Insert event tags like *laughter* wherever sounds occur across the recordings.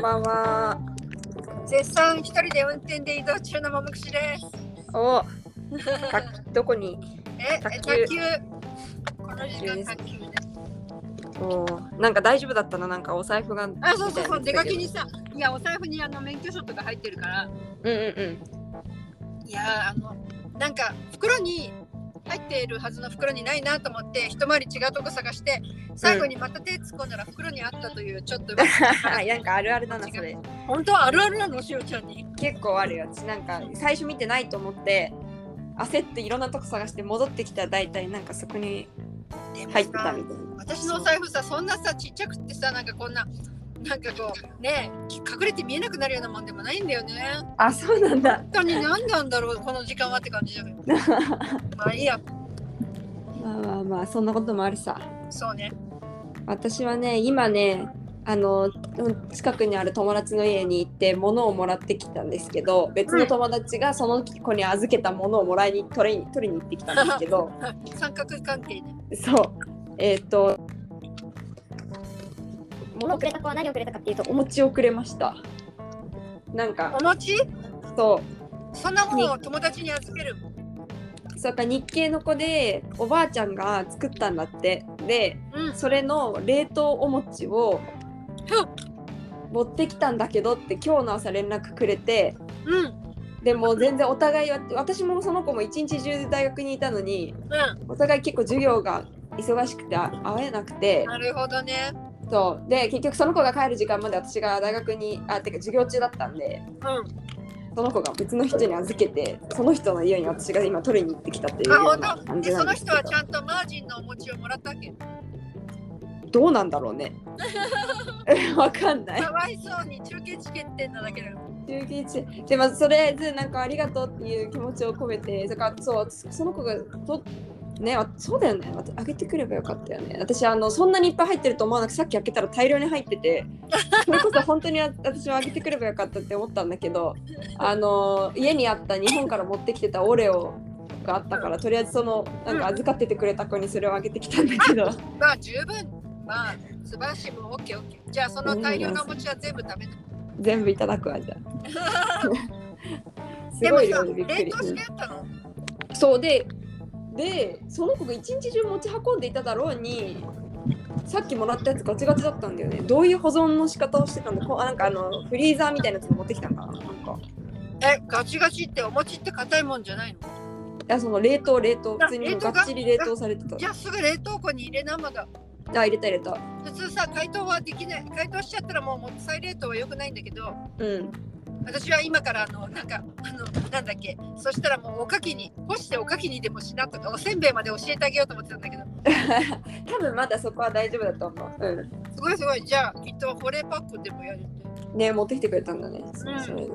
ばんは。絶賛一人で運転で移動中のももくしです。お、たどこにえ、卓え球卓球。この時間卓球です。おなんか大丈夫だったな、なんかお財布が。あ、そうそうそう、みた出いなやつかだけどにさ、いや、お財布にあの免許証とか入ってるから、うんうんいや、あの、なんか袋に。入っているはずの袋にないなと思って一回り違うとこ探して最後にまた手突っ込んだら袋にあったというちょっとうん。 *laughs* なんかあるあるだな、それ。本当はあるあるなのしおちゃんに結構あるよ。私なんか最初見てないと思って、焦っていろんなとこ探して戻ってきたら大体なんかそこに入ってたみたいな。私のお財布さそんなさちっちゃくってさなんかこんななんかこうねえ隠れて見えなくなるようなもんでもないんだよねあ、そうなんだ。本当に何なんだろうこの時間はって感じ *laughs* だけどまあいいやまあまあまあ、そんなこともあるさ。そうね私はね今ねあの近くにある友達の家に行って物をもらってきたんですけど別の友達がその子に預けた物をもらいに取りに取りに行ってきたんですけ *laughs* ど三角関係ねそうえっ、と物をくれた子は何をくれたかっていうとお餅をくれましたなんかお餅そそんなものを友達に預けるうそうか日系の子でおばあちゃんが作ったんだってでうんそれの冷凍お餅を持ってきたんだけどって今日の朝連絡くれてうんうんでも全然お互いは私もその子も一日中大学にいたのにお互い結構授業が忙しくてあ会えなくてなるほどねそうで結局その子が帰る時間まで私が大学にあてか授業中だったんでうんその子が別の人に預けてその人の家に私が今取りに行ってきたっていうあよう本な当感でじなそんのです人けどはちゃんとマージンのお餅をもらったわけどうなんだろうね *laughs* わかんないかわいそうに中継チケットなだけだよ中継地でまずとりあえずなんかありがとうっていう気持ちを込めてだからそうそその子がとねあそうだよねわたあげてくればよかったよね私あのそんなにいっぱい入ってると思わなくてさっき開けたら大量に入っててそれこそ本当にあ私はあげてくればよかったって思ったんだけどあの家にあった日本から持ってきてたオレオがあったからとりあえずそのなんか預かっててくれた子にそれをあげてきたんだけどまあ十分まあ素晴らしいもんオッケーオッケーじゃあその大量のお餅は全部食べた全部いただくわじゃあすでもごいさ量でびっく冷り。凍してあったのそうででその子が一日中持ち運んでいただろうにさっきもらったやつガチガチだったんだよねどういう保存の仕方をしてたんだこうあなんかあのフリーザーみたいなやつに持ってきたんかななんかえガチガチってお餅って硬いもんじゃないのいやその冷凍冷凍あ普通にもう冷凍がかっちり冷凍されてたじゃあすぐ冷凍庫に入れなまだあ入れた入れた普通さ解凍はできない解凍しちゃったらもうもう再冷凍は良くないんだけどうん私は今からあのなんかあのなんだっけそしたらもうおかきに干しておかきにでもしなとかおせんべいまで教えてあげようと思ってたんだけど多分まだそこは大丈夫だと思ううすごいすごいじゃあきっと保冷パックでもやるってんね持ってきてくれたんだねそうそれで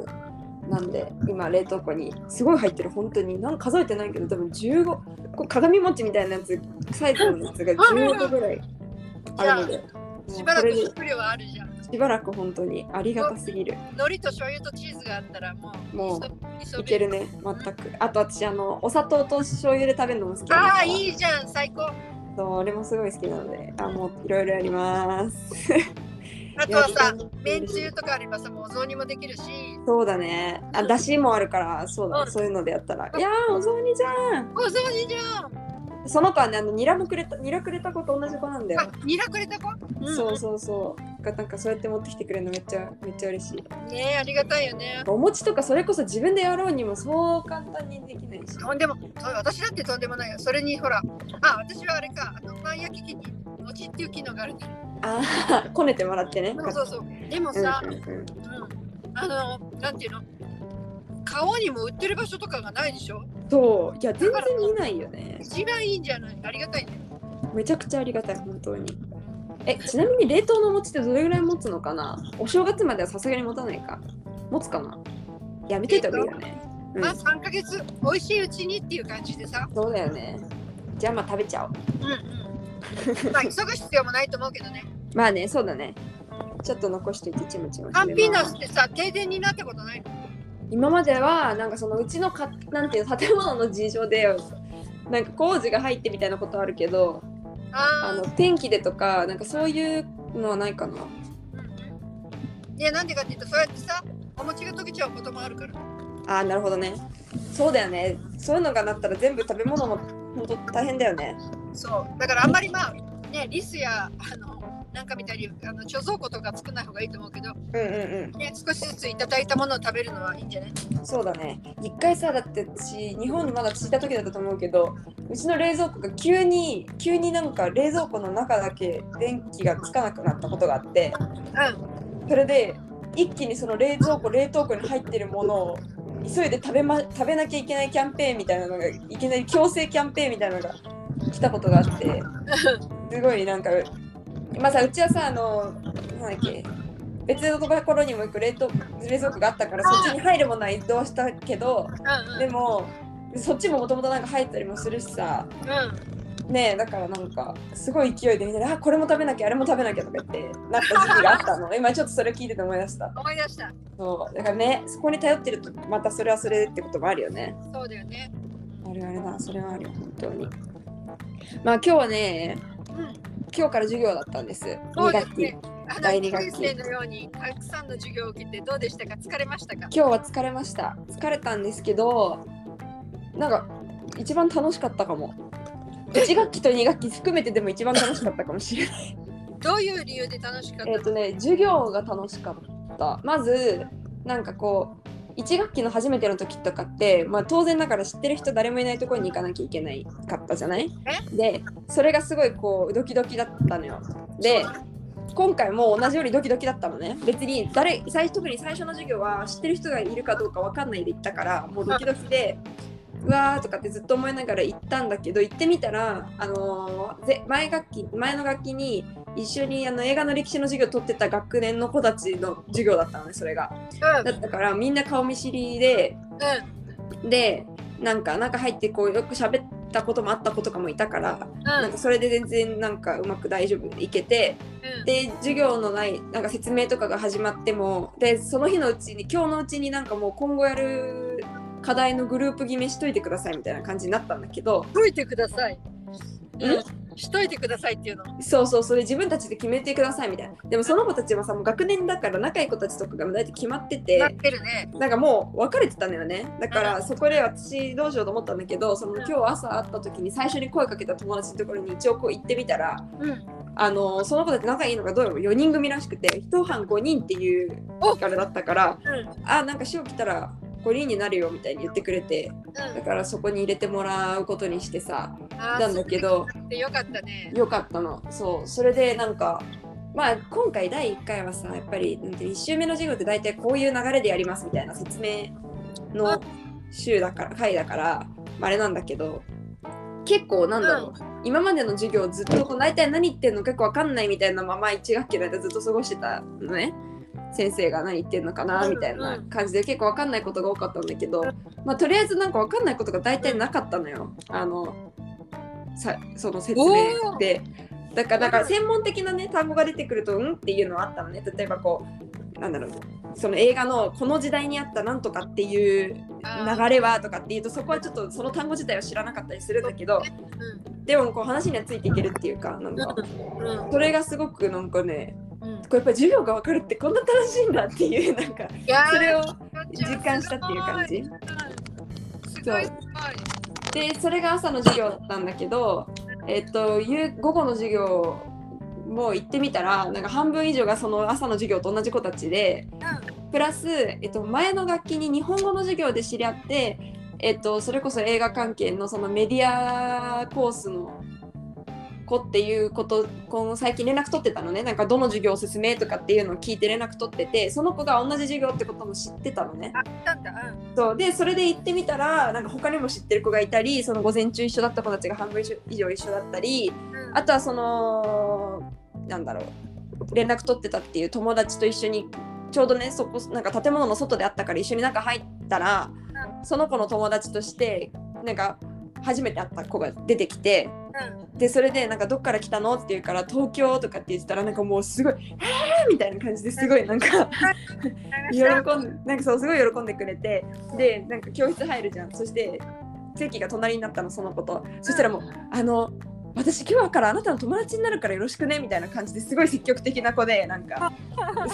なんで今冷凍庫にすごい入ってる本当になん数えてないけど多分15こう鏡餅みたいなやつサイズのやつが15個ぐらいあるのでしばこらくれで食料はあるじゃんし海ばらく本当にありがたすぎる。苔と醤油とチーズがあったらもうもうういけるね、全く。あと私、あの、お砂糖と醤油で食べるのも好きああいいいじゃん最高そう、俺もすごい好きなので、あもういろいろやります。あとはさめめんんつつゆゆとかあればさもうお雑煮もできるしそうだね。あ、だしもあるから、そうだ、うんそういうのでやったら。いやー、お雑煮じゃん。お雑煮じゃんその子はね、あの、ニラもくれた、ニラくれた子と同じ子なんだあよ。ニラくれた子、うんそうそうそう。がなんかそうやって持ってきてくれるのめっちゃめっちゃ嬉しい。ねえありがたいよねお餅とかそれこそ自分でやろうにもそう簡単にできないし。とんでもそう私だってとんでもないよそれにほらあ私はあれかあのパン焼き器に餅っていう機能があるんだよああ、こねてもらってね。そうそうそうでもさ、うんうんうんうんあのなんていうの顔にも売ってる場所とかがないでしょそういや全然見ないよね一番いいんじゃないありがたいねめちゃくちゃありがたい本当にえちなみに冷凍のお餅ってどれぐらい持つのかなお正月まではさすがに持たないか持つかなやめといた方がいいよね、うんまあ3ヶ月美味しいうちにっていう感じでさそうだよねじゃあまあ食べちゃおううんうんま *laughs* あ急ぐ必要もないと思うけどねまあねそうだねちょっと残しといてちむちむアンピーナスってさ停電になったことないの今まではなんかそのうちのかなんていうの建物の事情でなんか工事が入ってみたいなことはあるけどああの天気でとかなんかそういうのはないかなあでなんでかっていうとそうやってさお餅が溶けちゃうこともあるからああなるほどねそうだよねそういうのがなったら全部食べ物も本当大変だよねそうだからあんまりまあねリスやあのなんかみたいにあの貯蔵庫とか作らない方がいいと思うけど、うんうんね、少しずついただいたものを食べるのはいいんじゃないうんそうだね一回さだって私日本にまだ着いた時だったと思うけどうちの冷蔵庫が急に急になんか冷蔵庫の中だけ電気がつかなくなったことがあってうそれで一気にその冷蔵庫冷凍庫に入ってるものを急いで食べ,、ま、食べなきゃいけないキャンペーンみたいなのがいきなり強制キャンペーンみたいなのが来たことがあってすごいなんかまあさうちはさあのなんだっけ別のところにも行く冷凍冷蔵庫があったからそっちに入るものは移動したけどんでもそっちももともとなんか入ったりもするしさうんうんねえだからなんかすごい勢いでみんなであこれも食べなきゃあれも食べなきゃとか言ってなった時期があったの今ちょっとそれ聞いてて思い出した思い出したそうだからねそこに頼ってるとまたそれはそれでってこともあるよねそうだよねあるあるだそれはあるよ本当にまあ今日はねうん今日から授業だったんですそう二です学期ね今あの第二1学期年生のようにたくさんの授業を受けてどうでしたか疲れましたか日は疲れました疲れたんですけどなんか一番楽しかったかも1学期と2学期含めてでも一番楽しかったかもしれないどういう理由で楽しかったえっ、とね授業が楽しかったまずなんかこう1学期の初めての時とかって、まあ、当然だから知ってる人誰もいないところに行かなきゃいけないかったじゃないでそれがすごいこうドキドキだったのよで今回も同じようにドキドキだったのね別に誰最特に最初の授業は知ってる人がいるかどうか分かんないで行ったからもうドキドキで。うわーとかってずっと思いながら行ったんだけど行ってみたら、あのーぜ前学期前の学期に一緒にあの映画の歴史の授業を取ってた学年の子たちの授業だったのねそれがうんだったからみんな顔見知りでうでなんか中入ってこうよく喋ったこともあった子とかもいたからんなんかそれで全然なんかうまく大丈夫いけてうんで授業のないなんか説明とかが始まってもでその日のうちに今日のうちになんかもう今後やる課題のグループ決めしといてくださいみたいな感じになったんだけどしといてください。うん、しといてくださいっていうの。そうそうそれ自分たちで決めてくださいみたいなでもその子たちはさもう学年だから仲いい子たちとかが大体決まってなっててるね。なんかもう別れてたのよねだからそこで私どうしようと思ったんだけどそのうん今日朝会った時に最初に声かけた友達のところに一応こう行ってみたらうん。あのその子たち仲いいのがどうやら4人組らしくて一班5人っていうおあれだったからうん。あなんか塩来たら5人になるよみたいに言ってくれてだからそこに入れてもらうことにしてさうん。なんだけど。でよかったね。よかったのそうそれでなんかまあ今回第1回はさやっぱりなんて1週目の授業って大体こういう流れでやりますみたいな説明のあ週だから回だから、まあ、あれなんだけど結構なんだろう、今までの授業ずっとこう大体何言ってんのかよくわかんないみたいなまま1学期の間ずっと過ごしてたのね先生が何言ってんのかなみたいな感じで結構わかんないことが多かったんだけど、まあ、とりあえずなんかわかんないことが大体なかったのよあのさその説明で。だからだから専門的なね単語が出てくるとうんっていうのはあったのね例えばこうなんだろうその映画のこの時代にあったなんとかっていう流れはとかっていうとそこはちょっとその単語自体は知らなかったりするんだけどでもこう話にはついていけるっていうかなんかうん。うん。それがすごくなんかねうん。こうやっぱり授業が分かるってこんな楽しいんだっていうなんかいやーそれを実感したっていう感。すじごいうんすごいすでそれが朝の授業だったんだけどえっと夕午後の授業も行ってみたらなんか半分以上がその朝の授業と同じ子たちでごい。うんプラス、えっと、前の学期に日本語の授業で知り合って、えっと、それこそ映画関係のそのメディアコースの子っていうことこの最近連絡取ってたのねなんかどの授業おすすめとかっていうのを聞いて連絡取っててその子が同じ授業ってことも知ってたのねあったんだ。うんそうでそれで行ってみたらなんか他にも知ってる子がいたりその午前中一緒だった子たちが半分以上以上一緒だったりうん。あとはそのなんだろう連絡取ってたっていう友達と一緒にちょうどねそこなんか建物の外であったから一緒に中入ったらその子の友達としてなんか初めて会った子が出てきてでそれでなんかどっから来たのって言うから東京とかって言ってたらなんかもうすごい「えー!」みたいな感じですごいなんかうん。 *laughs* 喜んなんかそうすごい喜んでくれてでなんか教室入るじゃんそして席が隣になったのその子とそしたらもう「あの私今日からあなたの友達になるからよろしくねみたいな感じですごい積極的な子でなんか *laughs*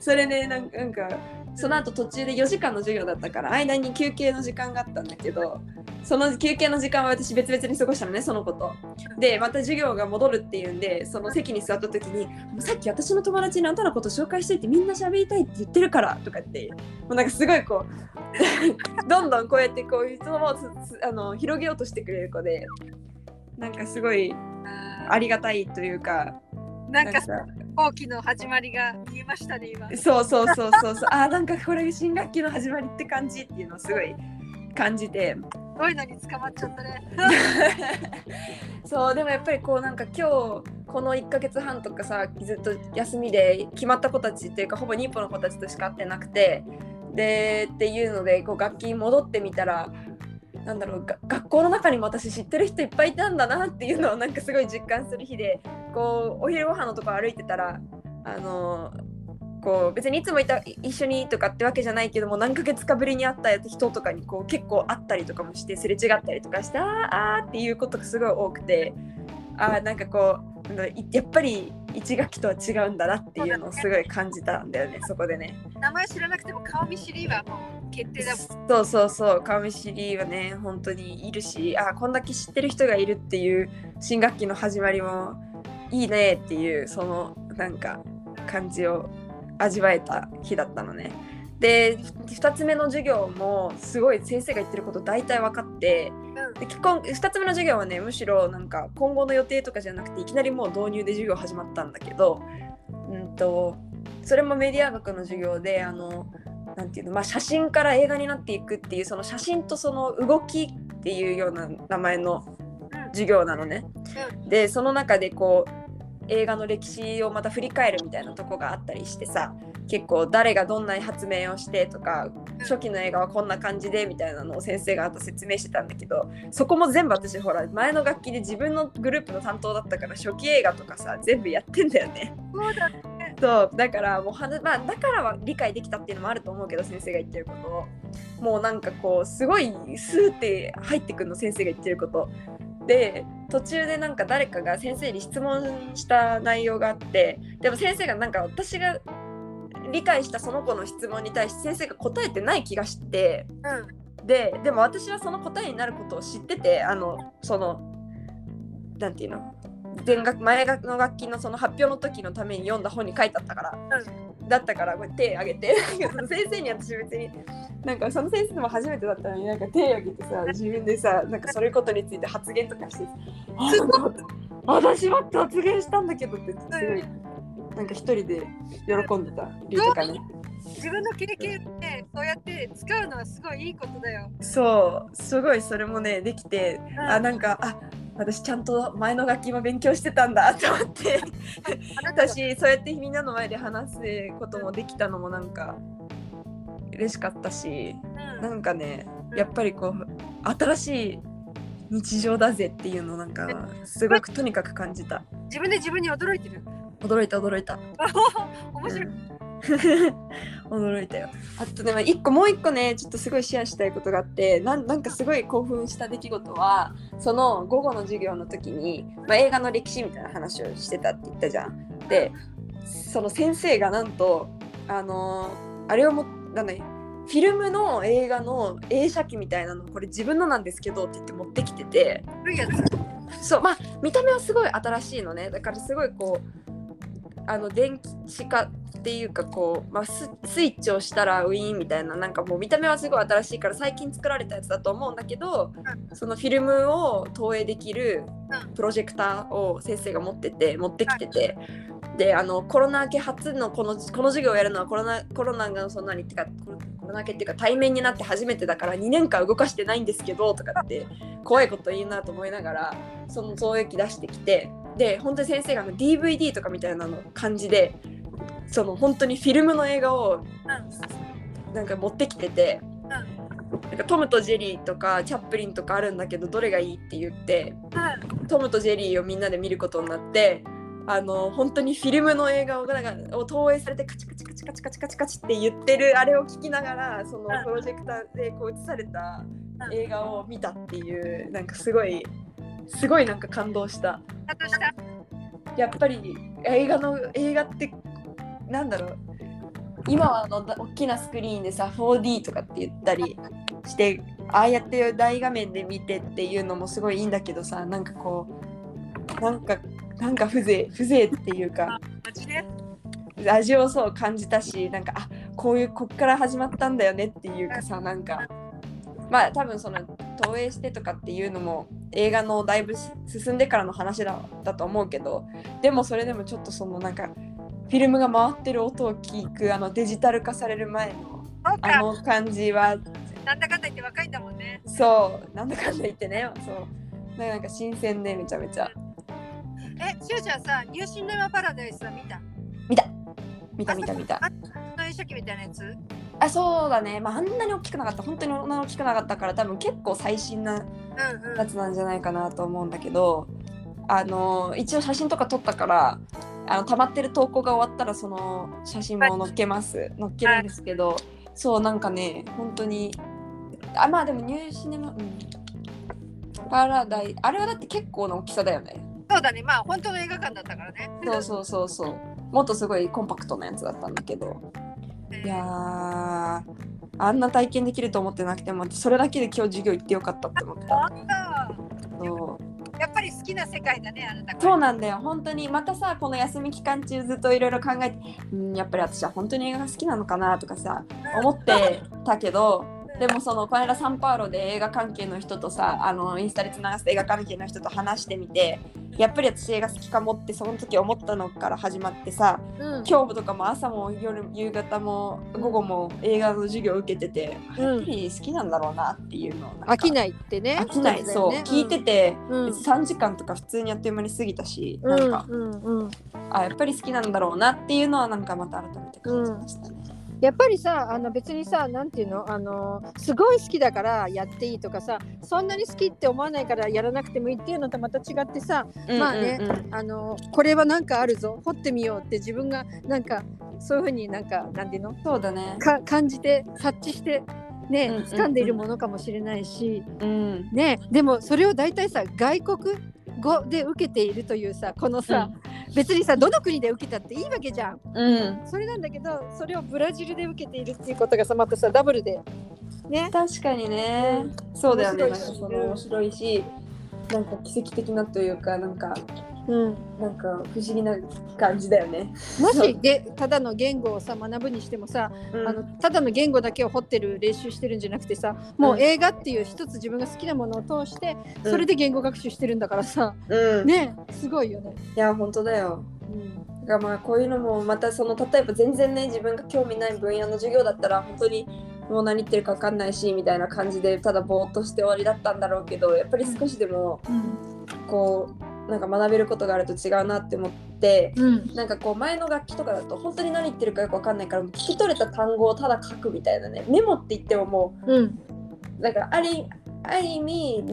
それでなんかなんかその後途中で4時間の授業だったから間に休憩の時間があったんだけどその休憩の時間は私別々に過ごしたのねその子と。でまた授業が戻るっていうんでその席に座った時に「さっき私の友達にあんたのこと紹介しといてみんな喋りたいって言ってるから」とかってもうなんかすごいこう *laughs* どんどんこうやってこういうのをつつあの広げようとしてくれる子でなんかすごいありがたいというか。なんか後期の始まりが見えましたね今。そうそうそうそうそうあーなんかこれ新学期の始まりって感じっていうのをすごい感じてそういうのに捕まっちゃったね。 *laughs* そうでもやっぱりこうなんか今日この1ヶ月半とかさずっと休みで決まった子たちっていうかほぼ妊婦の子たちとしか会ってなくてでっていうのでこう楽器に戻ってみたらなんだろうが学校の中にも私知ってる人いっぱいいたんだなっていうのをなんかすごい実感する日でこうお昼ご飯のとこ歩いてたらあのこう別にいつもいたい一緒にとかってわけじゃないけども何ヶ月かぶりに会った人とかにこう結構会ったりとかもしてすれ違ったりとかしてあーあーっていうことがすごい多くてあーなんかこうなんだろういやっぱり一学期とは違うんだなっていうのをすごい感じたんだよねそこでね。名前知らなくても顔見知りはもう決定だもん。そうそうそう顔見知りはね本当にいるしあこんだけ知ってる人がいるっていう新学期の始まりもいいねっていうそのなんか感じを味わえた日だったのね。で2つ目の授業もすごい先生が言ってること大体分かってで今2つ目の授業はねむしろなんか今後の予定とかじゃなくていきなりもう導入で授業始まったんだけど、うん、とそれもメディア学の授業であのなんていうの、まあ、写真から映画になっていくっていうその写真とその動きっていうような名前の授業なのね。でその中でこう映画の歴史をまた振り返るみたいなとこがあったりしてさ結構誰がどんな発明をしてとか初期の映画はこんな感じでみたいなのを先生があと説明してたんだけどそこも全部私ほら前の楽器で自分のグループの担当だったから初期映画とかさ全部やってんだよね。そうだね。そうだからもうはな、まあ、だからは理解できたっていうのもあると思うけど先生が言ってることをもうなんかこうすごいスーって入ってくるの先生が言ってることで途中でなんか誰かが先生に質問した内容があってでも先生がなんか私が理解したその子の質問に対して先生が答えてない気がして。うん。ででも私はその答えになることを知っててあのそのなんていうの前学前学の楽器のその発表の時のために読んだ本に書いてあったから、だったからこうやって手挙げて *laughs* 先生に私別になんかその先生も初めてだったのになんか手挙げてさ自分でさなんかそういうことについて発言とかしてあ私はって発言したんだけどってすごいなんか一人で喜んでたりとかね。自分の経験ってそうやって使うのはすごいいいことだよ。そうすごいそれもねできてあなんかあ私ちゃんと前の楽器も勉強してたんだ *laughs* と思って私そうやってみんなの前で話すこともできたのもなんか嬉しかったしうなんんかねやっぱりこう新しい日常だぜっていうのをなんかすごくとにかく感じた自分で自分に驚いてる。驚いた驚いた面白い。うん *laughs* 驚いたよあとでも一個もう一個ねちょっとすごいシェアしたいことがあってなんなんかすごい興奮した出来事はその午後の授業の時に、まあ、映画の歴史みたいな話をしてたって言ったじゃん。でその先生がなんとあのーあれをもなんだねフィルムの映画の映写機みたいなのこれ自分のなんですけどって言って持ってきてて。古いやつ。そうまあ見た目はすごい新しいのねだからすごいこうあの電子化っていうかこう、まあ、ススイッチをしたらウィーンみたいななんかもう見た目はすごい新しいから最近作られたやつだと思うんだけどそのフィルムを投影できるプロジェクターを先生が持ってて持ってきてて。であのコロナ明け初のこのこの授業をやるのはコロナコロナがそんなにってかコロコロナ明けっていうか対面になって初めてだから2年間動かしてないんですけどとかって怖いこと言うなと思いながらその増益出してきてで本当に先生があの DVD とかみたいなの感じでその本当にフィルムの映画をなんか持ってきてて、なんかトムとジェリーとかチャップリンとかあるんだけどどれがいいって言ってトムとジェリーをみんなで見ることになって。あの本当にフィルムの映画をなんかを投影されてカチカチカチカチカチカチカチって言ってるあれを聞きながらそのうんプロジェクターでこう映された映画を見たっていうなんかすごいすごいなんか感動したあとしたやっぱり映画の映画ってなんだろう今はあのだ大きなスクリーンでさ 4D とかって言ったりしてああやって大画面で見てっていうのもすごいいいんだけどさなんかこうなんかなんか風情風情っていうか味ね味をそう感じたしなんかあこういうこっから始まったんだよねっていうかさなんかまあ多分その投影してとかっていうのも映画のだいぶ進んでからの話だだと思うけどでもそれでもちょっとそのなんかフィルムが回ってる音を聞くあのデジタル化される前のそうあかの感じはなんだかんだ言って若いんだもんねそうなんだかんだ言ってねそうなんか新鮮ねめちゃめちゃえしゅうちゃんさニューシネマパラダイスは見た見た見た見たあの映写機みたいなやつあそうだねまああんなに大きくなかった本当にあんなに大きくなかったから多分結構最新なうんうんやつなんじゃないかなと思うんだけどあの一応写真とか撮ったからあの溜まってる投稿が終わったらその写真も載っけます、載っけるんですけど、そうなんかね本当にあまあでもニューシネマ、うん、パラダイあれはだって結構な大きさだよねそうだねまあ本当の映画館だったからねそうそうそうそうもっとすごいコンパクトなやつだったんだけどいやーあんな体験できると思ってなくてもそれだけで今日授業行ってよかったって思ったあったそうやっぱり好きな世界だねあなたそうなんだよ本当にまたさこの休み期間中ずっといろいろ考えてうんやっぱり私は本当に映画が好きなのかなとかさ思ってたけどでもそのこの間サンパウロで映画関係の人とさあのインスタでつながって映画関係の人と話してみてやっぱり私映画好きかもってその時思ったのから始まってさう今ん日もとかも朝も夜夕方も午後も映画の授業を受けてて、うんやっぱり好きなんだろうなっていうのをんか飽きないってね飽きない、一つだそようね聞いてて、うん別に3時間とか普通にあっという間に過ぎたし、うんなんかうんうんあやっぱり好きなんだろうなっていうのはなんかまた改めて感じましたね。やっぱりさあの別にさなんていうのあのすごい好きだからやっていいとかさそんなに好きって思わないからやらなくてもいいっていうのとまた違ってさうんまあねうんうんあのこれはなんかあるぞ掘ってみようって自分がなんかそういうふうになんかなんていうのそうだね。か感じて察知してねうんうんうん掴んでいるものかもしれないしうん。ねでもそれを大体さ外国語で受けているというさこのさ、別にさどの国で受けたっていいわけじゃんうん。それなんだけどそれをブラジルで受けているっていうことがさまたさダブルでね確かにね。そうだよね。面なんか白いしその面白いし、なんか奇跡的なというかなんかうんなんか不思議な感じだよね。もしでただの言語をさ学ぶにしてもさうんあのただの言語だけを掘ってる練習してるんじゃなくてさもううん映画っていう一つ自分が好きなものを通してそれで言語学習してるんだからさうん。ねすごいよね。いや本当だよ。うんだからまあこういうのもまたその例えば全然ね自分が興味ない分野の授業だったら本当にもう何言ってるか分かんないしみたいな感じでただぼーっとして終わりだったんだろうけどやっぱり少しでもこうなんか学べることがあると違うなって思ってうんなんかこう前の楽器とかだと本当に何言ってるかよく分かんないからもう聞き取れた単語をただ書くみたいなねメモって言ってももうんうなんかありある意味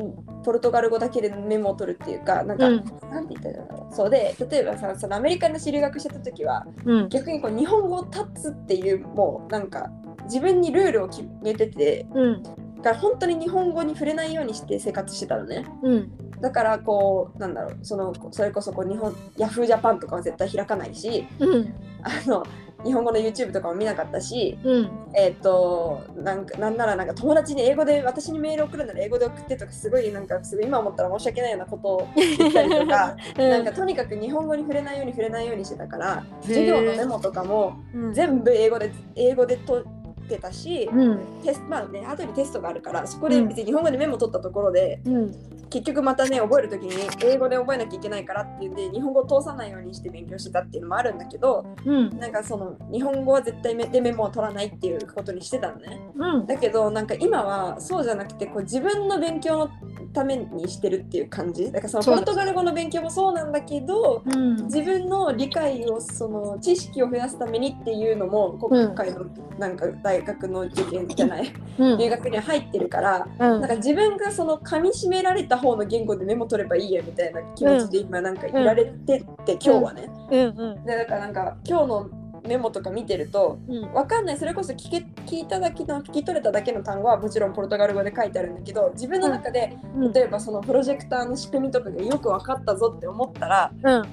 ポルトガル語だけでメモを取るっていうかなんか、うんなんて言ったらいいんだろうそうで例えばさそのアメリカの私留学してた時はうん逆にこう日本語を立つっていうもうなんか自分にルールを決めててうんだから本当に日本語に触れないようにして生活してたのねうんだからこうなんだろうそのそれこそこう日本ヤフージャパンとかは絶対開かないしうんあの日本語の YouTube とかも見なかったしうんえっ、となんかなんならなんか友達に英語で私にメール送るなら英語で送ってとかすごいなんかすごい今思ったら申し訳ないようなことを言ったりとかなんかとにかく日本語に触れないように触れないようにしてたから授業のメモとかもうん全部英語で英語で取ってたし、うんテストまあね後にテストがあるからそこで別に日本語でメモ取ったところで、うん結局またね覚える時に英語で覚えなきゃいけないからっていうんで日本語を通さないようにして勉強してたっていうのもあるんだけどうんなんかその日本語は絶対めでメモを取らないっていうことにしてたのねうんだけどなんか今はそうじゃなくてこう自分の勉強のためにしてるっていう感じだからそのそうポだルトガル語の勉強もそうなんだけど、うん自分の理解をその知識を増やすためにっていうのも今回のなんか大学の受験じゃない、うん留学には入ってるから、うんなんか自分がその噛み締められた方の言語でメモ取ればいいやみたいな気持ちで今なんかいられてって、今日はね、うんうんでだからなんか今日のメモとか見てるとうんわかんないそれこそ聞け聞いただけの聞き取れただけの単語はもちろんポルトガル語で書いてあるんだけど自分の中で、うん例えばそのプロジェクターの仕組みとかがよく分かったぞって思ったらうん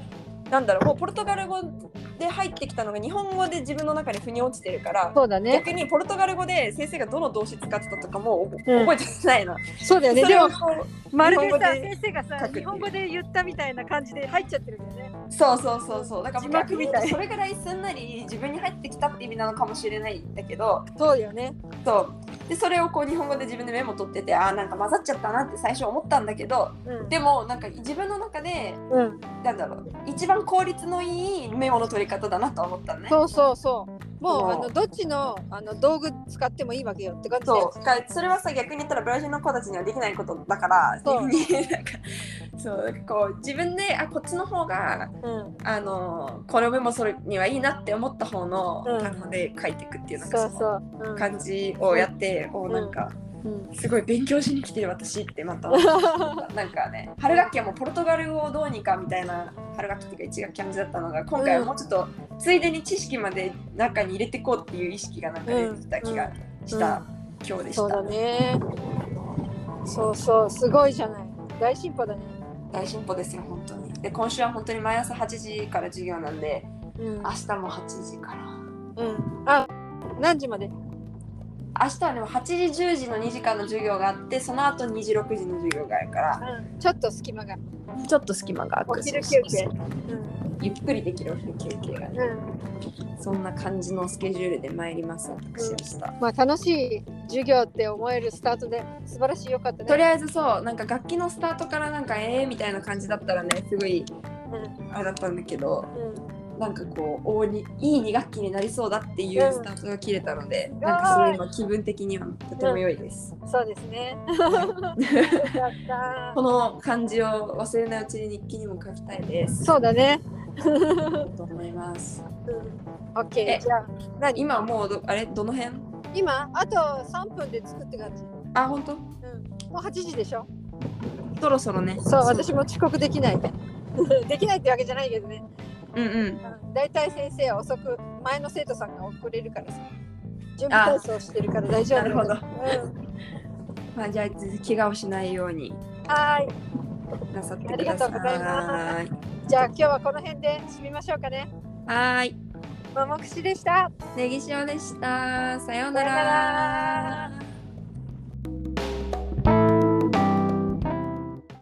なんだろうもうポルトガル語で入ってきたのが日本語で自分の中に腑に落ちてるから。そうだね逆にポルトガル語で先生がどの動詞使ってたとかも覚うん覚えてないの。そうだよねそでれをもこまるで日本さ語で先生が書さくっていう日本語で言ったみたいな感じで入っちゃってるんだよねうそうそうそうそうだから字幕みた逆いにそれぐらいすんなり自分に入ってきたって意味なのかもしれないんだけどそうだよねそうでそれをこう日本語で自分でメモ取っててあーなんか混ざっちゃったなって最初思ったんだけどうんでもなんか自分の中でうんなんだろう一番効率のいいメモの取り方だなと思ったのね。そうそうそうもそううあのどっちのあの道具使ってもいいわけよって感じでそうだからそれはさ逆に言ったらブラジルの子たちにはできないことだからそ *laughs* うなんかそうなんかこう自分であこっちの方がうんあのこれをメモするにはいいなって思った方のうん単語で書いていくっていうなんかそうそそのううん感じをやってこうなんかうんすごい勉強しに来てる私ってま *laughs* たなんかね春学期はもうポルトガル語をどうにかみたいな春学期っていうか1学期感じだったのが今回はもうちょっとついでに知識まで中に入れていこうっていう意識がなんか出てきた気がした今日でした。そうだねそうそうすごいじゃない大進歩だね大進歩ですよ本当にで今週は本当に毎朝8時から授業なんでうん明日も8時からうんあ何時まで明日はでも8時10時の2時間の授業があってその後2時6時の授業があるからちょっと隙間がちょっと隙間がお昼休憩ゆっくりできるお昼休憩がねうんうんそんな感じのスケジュールで参ります私でした、まあ楽しい授業って思えるスタートで素晴らしいよかったねとりあえずそうなんか楽器のスタートからなんかええー、みたいな感じだったらねすごいあれだったんだけどうんうんなんかこうおにいい2学期になりそうだっていううんスタートが切れたので、いなんかすごい今気分的にはとても良いです、そうです *laughs* ね。よかったこの感じを忘れないうちに日記にも書きたいですそうだね。と思いますオッケえー。じゃあ何？今もうどあれどの辺今あと三分で作って感じ。あ本当もう八時でしょ。そろそろねそう私も遅刻できない。 *laughs* できないってわけじゃないけどね。うんうんうん大体先生は遅く前の生徒さんが遅れるからさ。準備体操してるから大丈夫。なるほど、うん。まあ、じゃあ怪我をしないようにはーい。なさってくださありがとうございまいじゃあ今日はこの辺で締めましょうかね。はーいももくしでした。ネギ塩でしたさようさようななら